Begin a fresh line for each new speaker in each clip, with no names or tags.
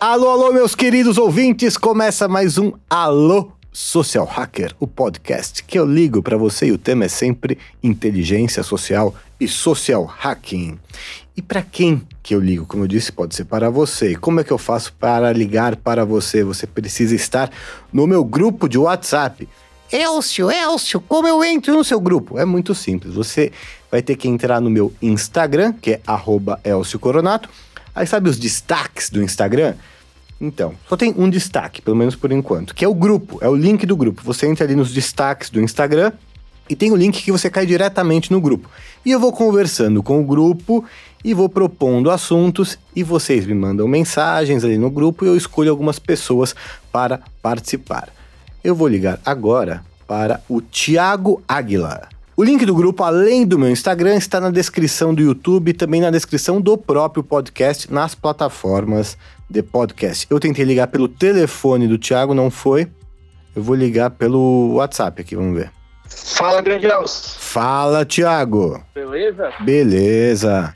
Alô, alô, meus queridos ouvintes, começa mais um Alô Social Hacker, o podcast que eu ligo para você e o tema é sempre inteligência social e social hacking. E para quem que eu ligo? Como eu disse, pode ser para você. E como é que eu faço para ligar para você? Você precisa estar no meu grupo de WhatsApp. Elcio, Elcio, como eu entro no seu grupo? É muito simples. Você vai ter que entrar no meu Instagram, que é arroba Elcio Coronato. Aí sabe os destaques do Instagram? Então, só tem um destaque, pelo menos por enquanto, que é o grupo, é o link do grupo. Você entra ali nos destaques do Instagram e tem o link que você cai diretamente no grupo. E eu vou conversando com o grupo e vou propondo assuntos e vocês me mandam mensagens ali no grupo e eu escolho algumas pessoas para participar. Eu vou ligar agora para o Tiago Águila. O link do grupo, além do meu Instagram, está na descrição do YouTube e também na descrição do próprio podcast nas plataformas de podcast. Eu tentei ligar pelo telefone do Thiago, não foi. Eu vou ligar pelo WhatsApp aqui, vamos ver.
Fala, grande Elcio.
Fala, Thiago.
Beleza?
Beleza.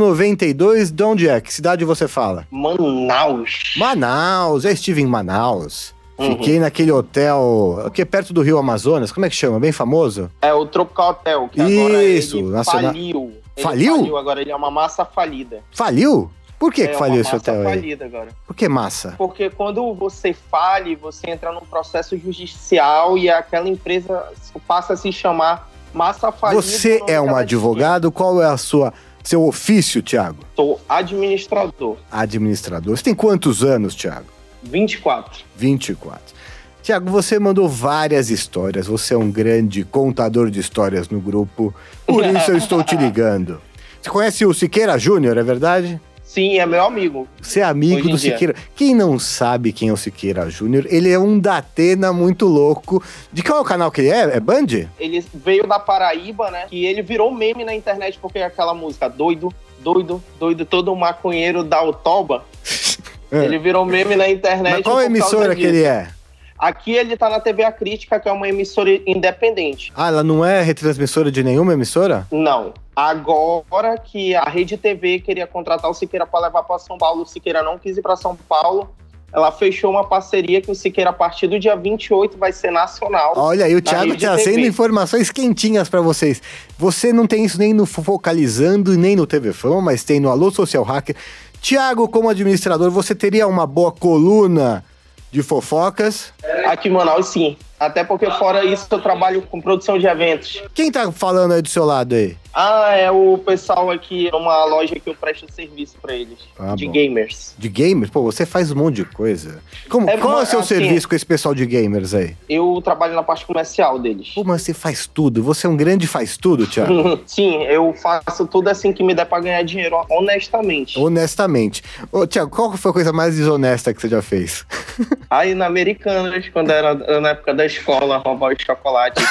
092, de onde é? Que cidade você fala?
Manaus.
Manaus, já estive em Manaus.
Uhum.
Fiquei naquele hotel, aqui perto do Rio Amazonas, como é que chama? Bem famoso?
É o Tropical Hotel, que
Isso,
agora ele
nacional-
faliu. Ele
Faliu?
Agora ele é uma massa falida.
Faliu? Por que,
é
que
uma
faliu esse
massa
hotel aí?
falida agora.
Por que massa?
Porque quando você fale, você entra num processo judicial e aquela empresa passa a se chamar massa falida.
Você
o nome
é um
dela
advogado, qual é a sua seu ofício, Thiago?
Sou administrador.
Administrador. Você tem quantos anos, Thiago?
24.
24. Tiago, você mandou várias histórias, você é um grande contador de histórias no grupo, por isso eu estou te ligando. Você conhece o Siqueira Júnior, é verdade?
Sim, é meu amigo.
Você é amigo
Hoje em
do
dia.
Siqueira. Quem não sabe quem é o Siqueira Júnior, ele é um Datena muito louco. De qual é o canal que ele é? É Band?
Ele veio da Paraíba, né? E ele virou meme na internet porque aquela música doido, doido, doido, todo maconheiro da Otoba.
É.
Ele virou meme na internet.
Mas qual
por
emissora
causa
que ele
disso.
é?
Aqui ele tá na TV A Crítica, que é uma emissora independente.
Ah, ela não é retransmissora de nenhuma emissora?
Não. Agora que a Rede TV queria contratar o Siqueira para levar para São Paulo, o Siqueira não quis ir para São Paulo. Ela fechou uma parceria que o Siqueira, a partir do dia 28, vai ser nacional.
Olha aí, o
Na
Thiago
Rede
trazendo
TV.
informações quentinhas pra vocês. Você não tem isso nem no Focalizando e nem no TV Fama, mas tem no Alô Social Hacker. Thiago, como administrador, você teria uma boa coluna de fofocas?
Aqui em Manaus, sim. Até porque, fora isso, eu trabalho com produção de eventos.
Quem tá falando aí do seu lado aí?
Ah, é o pessoal aqui, é uma loja que eu presto serviço pra eles,
Ah,
de
bom.
gamers.
De gamers? Pô, você faz um monte de coisa. Como,
É,
qual é o seu
assim-
serviço com esse pessoal de gamers aí?
Eu trabalho na parte comercial deles.
Pô, mas você faz tudo. Você é um grande faz tudo, Thiago.
Sim, eu faço tudo assim que me der pra ganhar dinheiro, honestamente.
Honestamente. Ô, Thiago, qual foi a coisa mais desonesta que você já fez?
Aí na Americanas, quando era na época da escola, roubar os chocolates.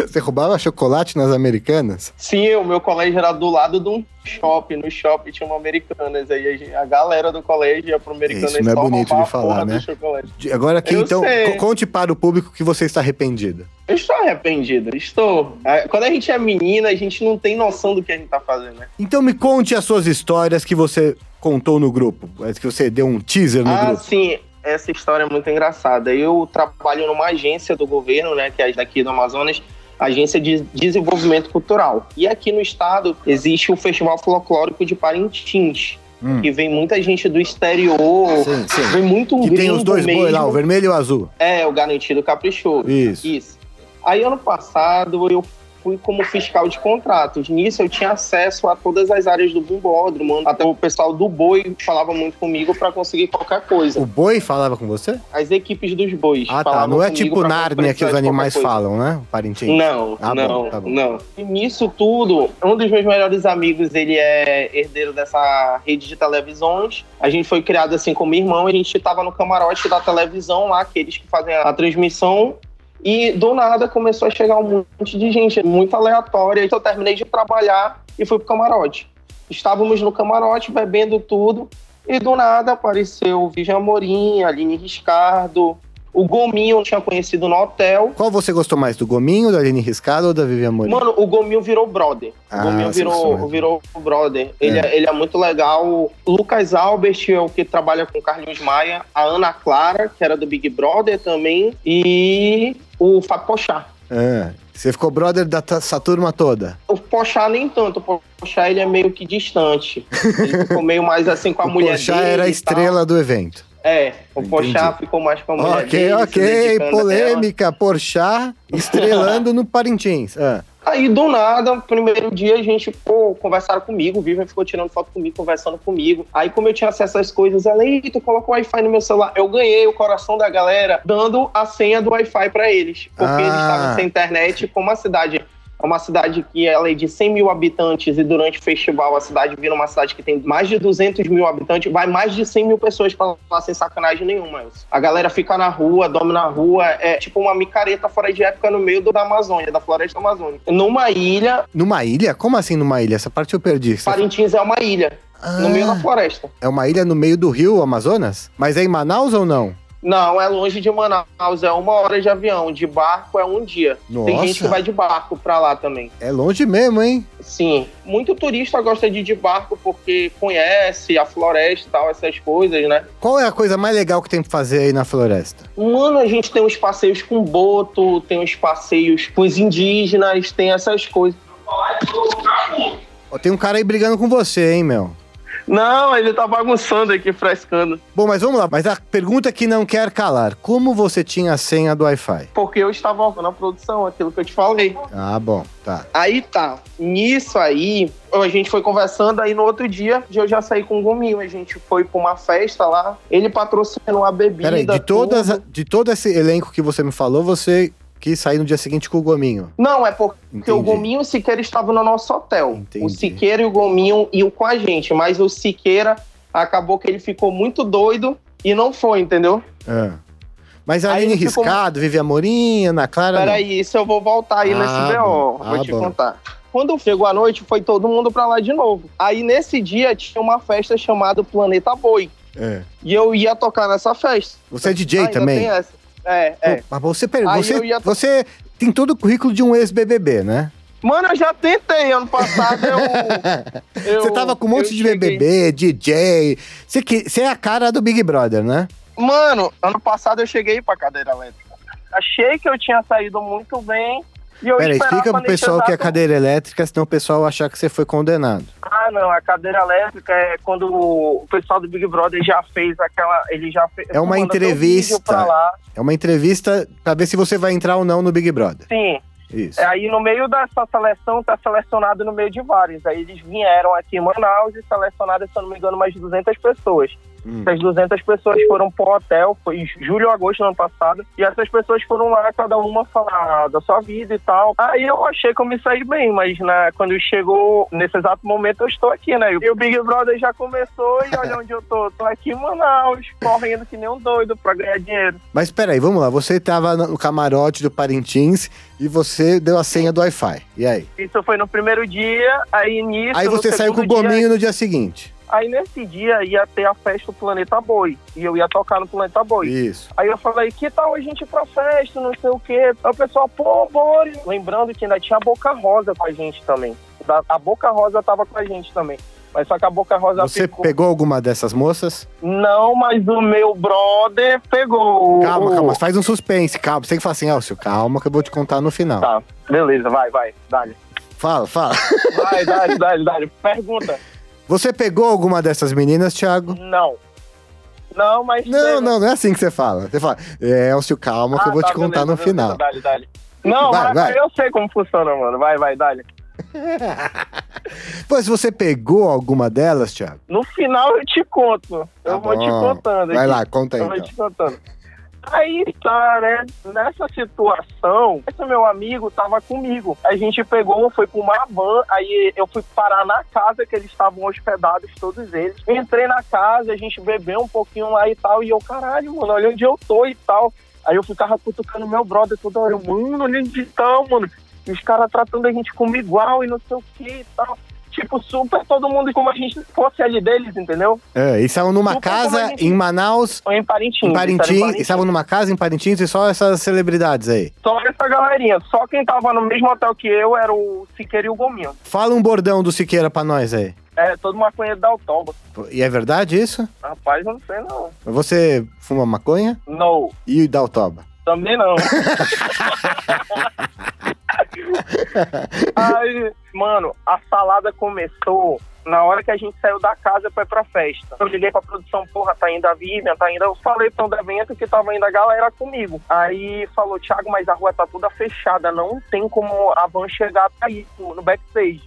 Você roubava chocolate nas americanas?
Sim, o meu colégio era do lado de um shopping. No shopping tinha uma Americanas. Aí a gente- a galera do colégio ia pro Americanas
Isso não é
só
bonito
roubar
de falar,
a porra
né?
do chocolate.
De- Agora aqui,
Eu
então,
sei.
co- conte para o público que você está arrependido.
Eu estou arrependido, estou. Ah, Quando a gente é menina, a gente não tem noção do que a gente tá fazendo, né?
Então me conte as suas histórias que você contou no grupo, é, que você deu um teaser no
ah,
grupo.
sim, essa história é muito engraçada. Eu trabalho numa agência do governo, né, que é daqui do Amazonas, Agência de Desenvolvimento Cultural. E aqui no estado existe o Festival Folclórico de Parintins,
Hum. Ah,
que vem muita gente do exterior,
Sim, sim.
vem muito
Que tem
gringo
os dois boi lá,
mesmo.
o vermelho e o azul.
É, o Garantido Caprichoso.
Isso.
Isso. Aí ano passado eu fui como fiscal de contratos. Nisso eu tinha acesso a todas as áreas do bombódromo. Até o pessoal do boi falava muito comigo para conseguir qualquer coisa.
O boi falava com você?
As equipes dos bois.
Ah, tá.
falavam
Não é
comigo
tipo
pra
Nárnia que
precisar
os
de
animais
qualquer coisa.
falam, né? O Parintins.
Não,
Ah, bom,
não,
tá bom.
não. E nisso tudo, um dos meus melhores amigos, ele é herdeiro dessa rede de televisões. A gente foi criado assim com meu irmão, a gente tava no camarote da televisão lá, aqueles que fazem a transmissão. E do nada começou a chegar um monte de gente, muito aleatória. Então eu terminei de trabalhar e fui pro camarote. Estávamos no camarote bebendo tudo, e do nada apareceu o Vivian Amorim, Aline Riscardo, O Gominho eu tinha conhecido no hotel.
Qual você gostou mais, do Gominho, da Aline Riscada ou da Vivian Amorim?
Mano, o Gominho virou brother.
Ah,
o Gominho
sim, sim,
virou,
sim.
virou brother. Ele é. ele é muito legal. Lucas Albert é o que trabalha com Carlinhos Maia. A Ana Clara, que era do Big Brother também. E o Fábio Pochá.
Ah, você ficou brother da ta- essa turma toda.
O Pochá nem tanto. O Pochá ele é meio que distante. Ele ficou meio mais assim com a
o
mulher
Porchat
dele.
era a
e
estrela do evento.
tal. É, o
Entendi.
Pochá ficou mais com a mulher
Ok,
dele. se
ok.
dedicando a ela.
Polêmica. Porchat estrelando no Parintins. Ah,
Aí, do nada, primeiro dia, a gente, pô, conversaram comigo, o Vivian ficou tirando foto comigo, conversando comigo. Aí, como eu tinha acesso às coisas, ela, eita, coloca o Wi-Fi no meu celular. Eu ganhei o coração da galera dando a senha do Wi-Fi pra eles. Porque
Ah.
eles estavam sem internet, como a cidade... É uma cidade que ela é de 100 mil habitantes e durante o festival a cidade vira uma cidade que tem mais de 200 mil habitantes, vai mais de 100 mil pessoas pra lá sem sacanagem nenhuma. Elcio. A galera fica na rua, dorme na rua, é tipo uma micareta fora de época no meio do- da Amazônia, da floresta amazônica. Numa ilha,
numa ilha? Como assim numa ilha? Essa parte eu perdi. Você-
Parintins é uma ilha, no meio da
Ah,
floresta.
É uma ilha no meio do rio Amazonas? Mas é em Manaus ou não?
Não, é longe de Manaus, é uma hora de avião, de barco é um dia. Tem gente que
Nossa,
vai de barco pra lá também.
é longe mesmo, hein?
Sim, muito turista gosta de ir de barco porque conhece a floresta e tal, essas coisas, né?
Qual é a coisa mais legal que tem pra fazer aí na floresta?
Mano, a gente tem uns passeios com boto, tem uns passeios com os indígenas, tem essas coisas.
Ó, Tem um cara aí brigando com você, hein, meu?
Não, ele tá bagunçando aqui, frescando.
Bom, mas vamos lá. Mas a pergunta é que não quer calar. Como você tinha a senha do Wi-Fi?
Porque eu estava na produção, aquilo que eu te falei.
Ah, bom, tá.
Aí tá, nisso aí, a gente foi conversando, aí no outro dia eu já saí com o Gominho, a gente foi pra uma festa lá, ele patrocinou a bebida.
Peraí, de, todas,
tudo.
a- de todo esse elenco que você me falou, você quis sair no dia seguinte com o Gominho.
Não, é porque
Entendi.
o Gominho e o Siqueira estavam no nosso hotel.
Entendi.
O Siqueira e o Gominho iam com a gente, mas o Siqueira acabou que ele ficou muito doido e não foi, entendeu?
Ah. Mas a
Aí
Aline
ele ficou-
Riscado, Vivi Amorim, Ana Clara. não.
Peraí, isso eu vou voltar aí
Ah,
nesse
bom.
BO,
Ah,
vou te
bom.
contar. Quando chegou a noite, foi todo mundo pra lá de novo. Aí nesse dia tinha uma festa chamada Planeta Boi.
É.
E eu ia tocar nessa festa.
Você é DJ
Ah, Ainda
também? Hum.
Tem essa. É, é.
Pô, Mas você, per-
Aí
você,
eu ia-
você tem todo o currículo de um ex-BBB, né?
Mano, eu já tentei ano passado. Eu, eu-
você tava com um monte
eu
de
cheguei-
BBB, DJ. Você, que- você é a cara do Big Brother, né?
Mano, ano passado eu cheguei pra cadeira elétrica. Achei que eu tinha saído muito bem. E eu
Peraí,
Então, esperava
explica pro
nesse
pessoal que é
exato-
cadeira elétrica, senão o pessoal achar que você foi condenado.
Ah, não, a cadeira elétrica é quando o pessoal do Big Brother já fez aquela. Ele já fez.
É uma
mandou teu
entrevista.
vídeo Pra lá.
É uma entrevista pra ver se você vai entrar ou não no Big Brother.
Sim.
Isso.
Aí no meio dessa seleção, tá selecionado no meio de vários. Aí eles vieram aqui em Manaus e selecionaram, se eu não me engano, mais de 200 pessoas.
Hum.
Essas 200 pessoas foram pro hotel, foi em julho ou agosto do ano passado, e essas pessoas foram lá, cada uma falar da sua vida e tal. Aí eu achei que eu me saí bem, mas né, quando chegou nesse exato momento, eu estou aqui, né? E o Big Brother já começou, e olha onde eu tô. Tô aqui em Manaus, correndo que nem um doido pra ganhar dinheiro.
Mas peraí, vamos lá. Você tava no camarote do Parintins e você deu a senha do Wi-Fi. E aí?
Isso foi no primeiro dia, aí nisso.
aí
no
você saiu com o
segundo dia,
Gominho no dia seguinte.
Aí nesse dia ia ter a festa do Planeta Boi, e eu ia tocar no Planeta Boi.
Isso.
Aí eu falei, que tal a gente ir pra festa, não sei o quê. Aí o pessoal, pô, bora. Lembrando que ainda tinha a Boca Rosa com a gente também. Da- A Boca Rosa tava com a gente também. Mas só que a Boca Rosa
Você
ficou.
pegou alguma dessas moças?
Não, mas o meu brother pegou.
Calma, calma. Faz um suspense, calma. Você tem que falar assim, Elcio, calma que eu vou te contar no final.
Tá. Beleza, vai, vai, dale.
Fala, fala.
Vai, dale, dale, dale. Pergunta.
Você pegou alguma dessas meninas, Thiago?
Não. Não, mas.
Não, não, não é assim que você fala. Você fala, é, Elcio, calma que eu
Ah,
vou
tá,
te contar
beleza,
no
beleza,
final.
Dale, dale. Não,
Vai,
mas
vai.
eu sei como funciona, mano. Vai, vai, dale.
Pois você pegou alguma delas, Thiago?
No final eu te conto.
Tá
eu vou te
bom.
contando.
Vai
aqui.
lá, conta aí.
Eu vou
Então.
te contando. Aí tá, né? Nessa situação, esse meu amigo tava comigo. A gente pegou, foi pra uma van, aí eu fui parar na casa que eles estavam hospedados, todos eles. Entrei na casa, a gente bebeu um pouquinho lá e tal. E eu, caralho, mano, olha onde eu tô e tal. Aí eu ficava cutucando meu brother toda hora. Eu, mano, olha onde tá, mano. E os caras tratando a gente como igual e não sei o que e tal. tipo, super todo mundo como a gente fosse ali deles, entendeu?
É, eles estavam numa
Super
casa
comediante.
em Manaus,
Ou tá em Parintins.
em
sabe?
Parintins, estavam numa casa em Parintins e só essas celebridades aí.
Só essa galerinha. Só quem tava no mesmo hotel que eu era o Siqueira e o Gominho.
Fala um bordão do Siqueira pra nós aí.
É, todo maconheiro da Altoba.
Pô, E é verdade isso?
Rapaz, eu não sei não.
Você fuma maconha
Não,
e dá o toba.
também não. Aí, mano, a salada começou na hora que a gente saiu da casa pra ir pra festa. Eu liguei pra produção, porra, tá indo a Vivian, tá indo. Eu falei pra um do evento que tava indo a galera comigo. Aí falou, Thiago, mas a rua tá toda fechada, não tem como a van chegar até aí, no backstage.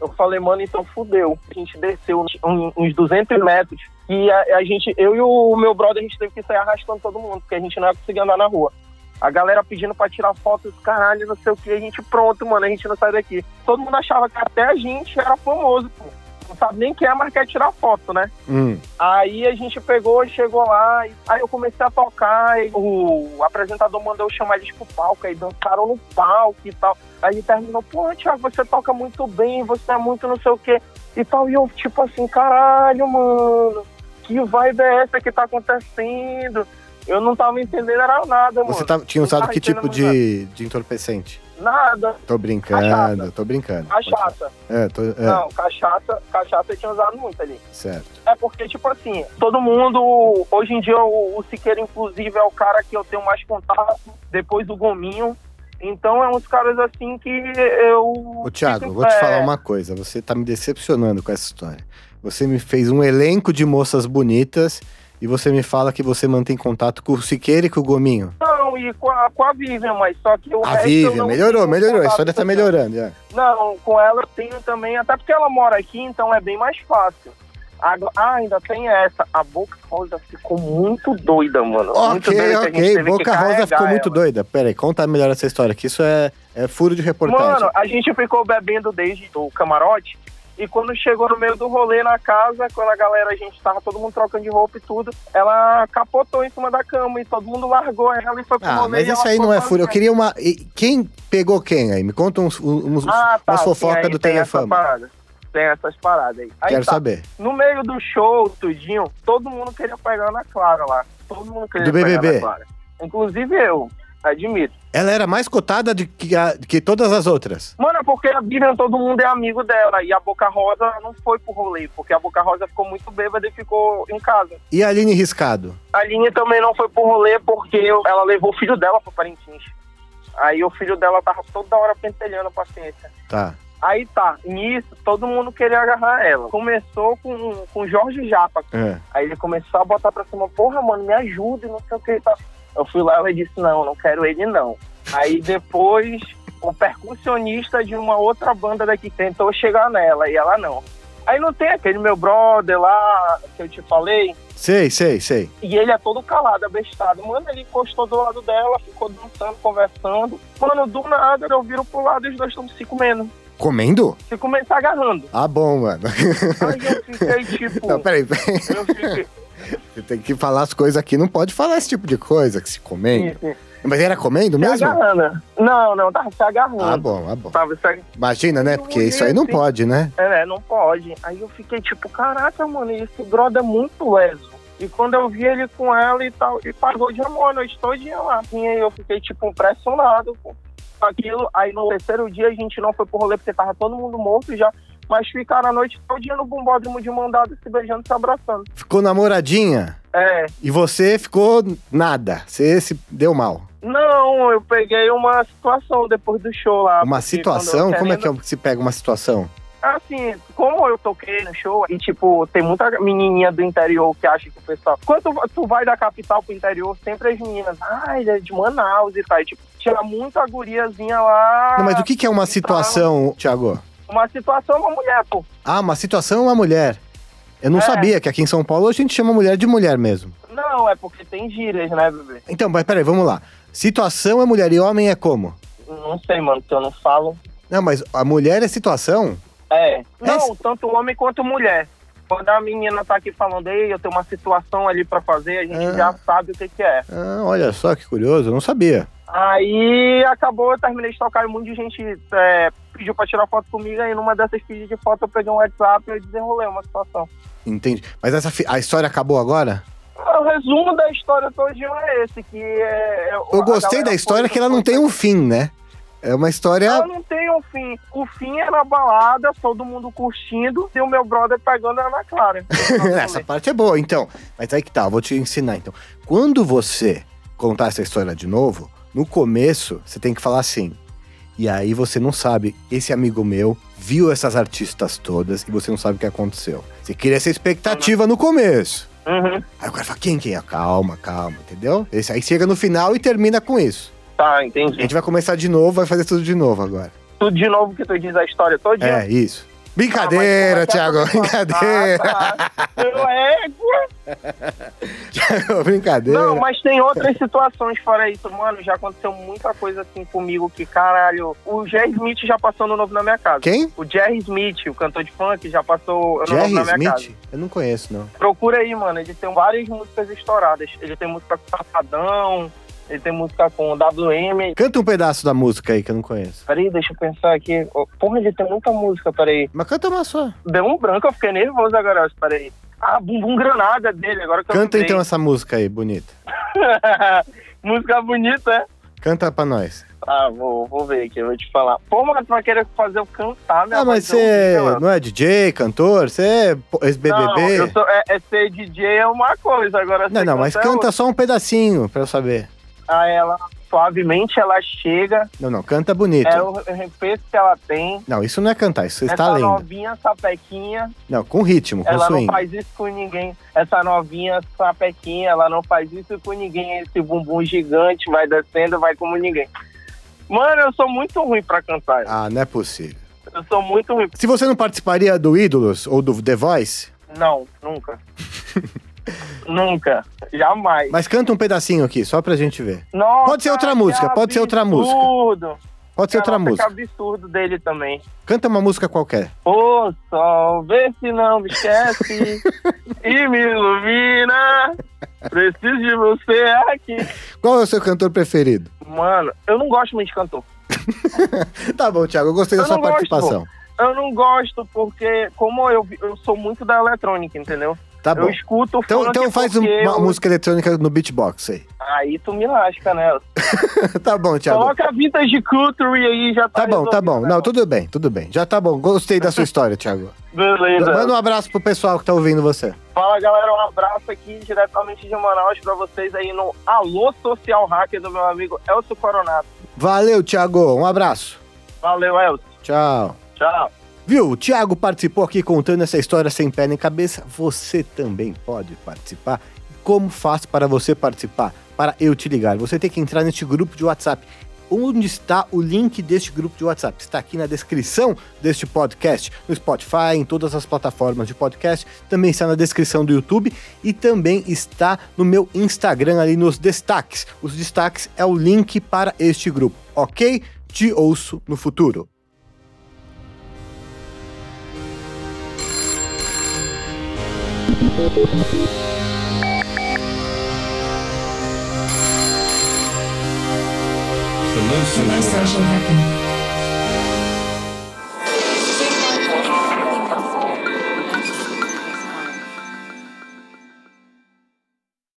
Eu falei, mano, então fudeu. A gente desceu uns, um- uns 200 metros e a, a gente, eu e o meu brother, a gente teve que sair arrastando todo mundo, porque a gente não ia conseguir andar na rua. A galera pedindo pra tirar foto dos caralho, não sei o que, a gente pronto, mano, a gente não sai daqui. Todo mundo achava que até a gente era famoso, pô. Não sabe nem quem é, mas quer tirar foto, né?
Hum.
Aí a gente pegou, chegou lá, e- aí eu comecei a tocar, e o apresentador mandou eu chamar eles pro palco, aí dançaram no palco e tal. Aí terminou, pô, Thiago, você toca muito bem, você é muito não sei o quê e tal. E eu, tipo assim, caralho, mano, que vibe é essa que tá acontecendo? Eu não tava entendendo era nada,
Você
mano.
tá- tinha
não
usado
tá
que tipo
entendendo
de, de entorpecente?
Nada,
Tô brincando,
Cachaça.
tô brincando.
cachaça.
É, tô, é,
Não, cachaça, cachaça eu tinha usado muito ali.
certo.
É porque, tipo assim, todo mundo. Hoje em dia, o, o Siqueira, inclusive, é o cara que eu tenho mais contato, depois do Gominho. Então, é uns caras assim que eu.
Ô, Thiago, eu vou te
é,
falar uma coisa. Você tá me decepcionando com essa história. Você me fez um elenco de moças bonitas e você me fala que você mantém contato com o Siqueira e com o Gominho.
Não, e com a, com a Vivian, mas só que o
A
resto eu
Vivian,
É, então não
melhorou,
tenho
melhorou. A
contato
história tá
com-
melhorando. é.
Não, com ela eu tenho também, até porque ela mora aqui, então é bem mais fácil. Agora- ah, ainda tem essa. A Boca Rosa ficou muito doida, mano. muito
Ok,
doida que a gente
ok.
teve que
Boca Rosa
carregar
ficou muito
ela.
doida. Pera aí, conta melhor essa história, que isso é, é furo de reportagem.
Mano, a gente ficou bebendo desde o camarote. E quando chegou no meio do rolê na casa, quando a galera, a gente tava todo mundo trocando de roupa e tudo, ela capotou em cima da cama e todo mundo largou ela e foi pro
ah,
rolê.
mas
e
isso
ela
aí não é
ficou assim,
furo. Eu queria uma. e Quem pegou quem aí? Me conta uns, uns,
sozinha. Ah, tá.
umas
sim,
fofocas
aí
do
tem Essa
Telefama.
parada. Tem essas paradas aí. aí
Quero
tá.
saber.
No meio do show, tudinho, todo mundo queria pegar na Clara lá. Todo mundo queria
Do BBB.
pegar na Clara. Inclusive eu, admito.
Ela era mais cotada de que, a- que todas as outras.
Mano, é porque a Vivian, todo mundo é amigo dela. E a Boca Rosa não foi pro rolê, porque a Boca Rosa ficou muito bêbada e ficou em casa.
E a Aline Riscado?
A Aline também não foi pro rolê porque eu- ela levou o filho dela pro Parintins. Aí o filho dela tava toda hora pentelhando a paciência.
Tá.
Aí tá, nisso, todo mundo queria agarrar ela. Começou com, com Jorge Japa.
É.
Aí ele começou a botar pra cima, porra, mano, me ajuda, e não sei o que. e tal. Eu fui lá e ela disse, não, não quero ele não. Aí depois o percussionista de uma outra banda daqui tentou chegar nela e ela não. Aí não tem aquele meu brother lá que eu te falei,
Sei, sei, sei.
e ele é todo calado, abestado. Mano, ele encostou do lado dela, ficou dançando, conversando. Mano, do nada eu viro pro lado e os dois estão se comendo,
Comendo?
se comendo, se agarrando.
Ah, bom, mano.
Aí eu fiquei tipo,
Não, peraí, peraí.
eu fiquei.
Você tem que falar as coisas aqui. Não pode falar esse tipo de coisa que se comendo. Mas era comendo
Se
mesmo?
agarrando. Não, não, tava se agarrando.
Ah, bom, ah, bom.
Tava se agarrando.
Imagina, né? Porque isso aí não pode, né?
É, né, não pode. Aí eu fiquei tipo, caraca, mano, esse brother é muito leso. E quando eu vi ele com ela e tal, e pagou de amor a noite todinha lá. E aí eu fiquei, tipo, impressionado pô, com aquilo. Aí no terceiro dia a gente não foi pro rolê, porque tava todo mundo morto já. Mas ficaram a noite todinha no bombódromo de mandado, se beijando, se abraçando.
Ficou namoradinha
É,
e você ficou nada. Você se deu mal.
não, eu peguei uma situação depois do show lá.
Uma
Ah, porque
situação?
quando eu
Como é
querendo-
que é que se pega uma situação?
Assim, como eu toquei no show, e tipo, tem muita menininha do interior que acha que o pessoal. Quando tu, tu vai da capital pro interior, sempre as meninas, ai, ele é de Manaus e tal. E, tipo, tinha muita guriazinha lá.
Não, mas o que, que é
então-
uma situação, Thiago?
Uma situação, uma mulher, pô.
Ah, uma situação é uma mulher. Eu não
É.
sabia que aqui em São Paulo a gente chama mulher de mulher mesmo.
Não, é porque tem gírias, né, bebê?
Então, mas peraí, vamos lá. Situação é mulher e homem é como?
Não sei, mano, que eu não falo.
Não, mas a mulher é situação?
É. Não,
Essa-
tanto homem quanto mulher. Quando a menina tá aqui falando, ei, eu tenho uma situação ali pra fazer, a gente
Ah.
já sabe o que que é.
Ah, olha só que curioso, eu não sabia.
Aí acabou, eu terminei de tocar e um monte de gente é, pediu pra tirar foto comigo, aí numa dessas pedidas de foto eu peguei um WhatsApp e desenrolei uma situação.
Entendi. Mas essa fi- a história acabou agora?
O resumo da história todinha é esse, que é...
Eu gostei da história que ela não tem um fim, né? É uma história.
Ela não tem um fim. O fim é na balada, todo mundo curtindo, e o meu brother pagando a Ana Clara.
Essa parte é boa, então. Mas aí que tá, eu vou te ensinar então. Quando você contar essa história de novo, no começo você tem que falar assim. E aí você não sabe, esse amigo meu viu essas artistas todas e você não sabe o que aconteceu. Você cria essa expectativa no começo.
Uhum.
Aí o cara fala, quem quem é? Calma, calma, entendeu? Esse aí chega no final e termina com isso.
Tá,
A
entendi.
gente vai começar de novo, vai fazer tudo de novo agora.
Tudo de novo que tu diz a história todinha.
É, isso. Brincadeira, Thiago, brincadeira.
Ah, tá. Eu, é,
Thiago, brincadeira.
Não, mas tem outras situações fora isso, mano. Já aconteceu muita coisa assim comigo que, caralho, o Jerry Smith já passou no novo na minha casa.
Quem?
O Jerry Smith, o cantor de funk, já passou no
Jerry
novo na minha casa.
Smith? Eu não conheço, não.
Procura aí, mano. Ele tem várias músicas estouradas. Ele tem música com Safadão, ele tem música com WM.
Canta um pedaço da música aí que eu não conheço.
Peraí, deixa eu pensar aqui. Ô, Porra, ele tem muita música, peraí.
Mas canta uma só.
Deu um branco, eu fiquei nervoso agora, peraí. Ah, bumbum granada dele, agora que eu
Canta
lembrei.
então essa música aí, bonita.
música bonita, é?
Canta pra nós.
Ah, vou, vou ver aqui, eu vou te falar. Pô, mano, tu vai querer fazer eu cantar, minha
Ah, mas
voz,
você
eu ouvi, mano.
não é DJ, cantor? Você é po-
Não, eu
ex-BBB?
sou, é, é ser DJ é uma coisa, agora
Não,
ser
não, mas
cantor é outra.
canta só um pedacinho pra eu saber.
Aí ela, suavemente ela chega,
Não, não, canta bonito.
é o respeito que ela tem.
Não, isso não é cantar, isso você está
essa
lendo.
novinha sapequinha,
Não, com ritmo, com
ela
swing.
não faz isso com ninguém. Essa novinha sapequinha, ela não faz isso com ninguém. Esse bumbum gigante vai descendo, vai como ninguém. Mano, eu sou muito ruim pra cantar.
Ah, não é possível.
Eu sou muito ruim.
Se você não participaria do Ídolos ou do The Voice,
Não, nunca. nunca. Jamais.
mas canta um pedacinho aqui, só pra gente ver.
Nossa,
Pode ser outra
que
música, pode ser outra música.
Absurdo.
Pode ser outra
Caraca,
música.
Que absurdo dele também.
Canta uma música qualquer.
Ô sol, vê se não me esquece e me ilumina. Preciso de você aqui.
Qual é o seu cantor preferido?
Mano, eu não gosto muito de cantor.
Tá bom, Thiago, eu gostei da
Eu
sua
não gosto.
participação.
Eu não gosto porque, como eu, vi- eu sou muito da eletrônica, entendeu?
Tá
eu
bom.
escuto
Então,
funk
então faz um-
porque
uma
eu-
música eletrônica no beatbox aí.
Aí tu me lasca, né?
tá bom, Thiago.
Coloca Vintage Culture aí já tá
Tá bom, tá
resolvido,
bom.
né?
Não, tudo bem, tudo bem. Já tá bom. Gostei da sua história, Thiago.
Beleza.
Manda um abraço pro pessoal que tá ouvindo você.
Fala galera, um abraço aqui diretamente de Manaus pra vocês aí no Alô Social Hacker do meu amigo Elcio Coronato.
Valeu, Thiago. Um abraço.
Valeu, Elcio.
Tchau.
Tchau.
Viu? O Thiago participou aqui contando essa história sem pé nem cabeça. Você também pode participar. Como faço para você participar? Para eu te ligar, você tem que entrar neste grupo de WhatsApp. Onde está o link deste grupo de WhatsApp? Está aqui na descrição deste podcast, no Spotify, em todas as plataformas de podcast. Também está na descrição do YouTube e também está no meu Instagram ali nos destaques. Os destaques é o link para este grupo, ok? Te ouço no futuro.
Hello, social
Hello,
hacker.
social hacker.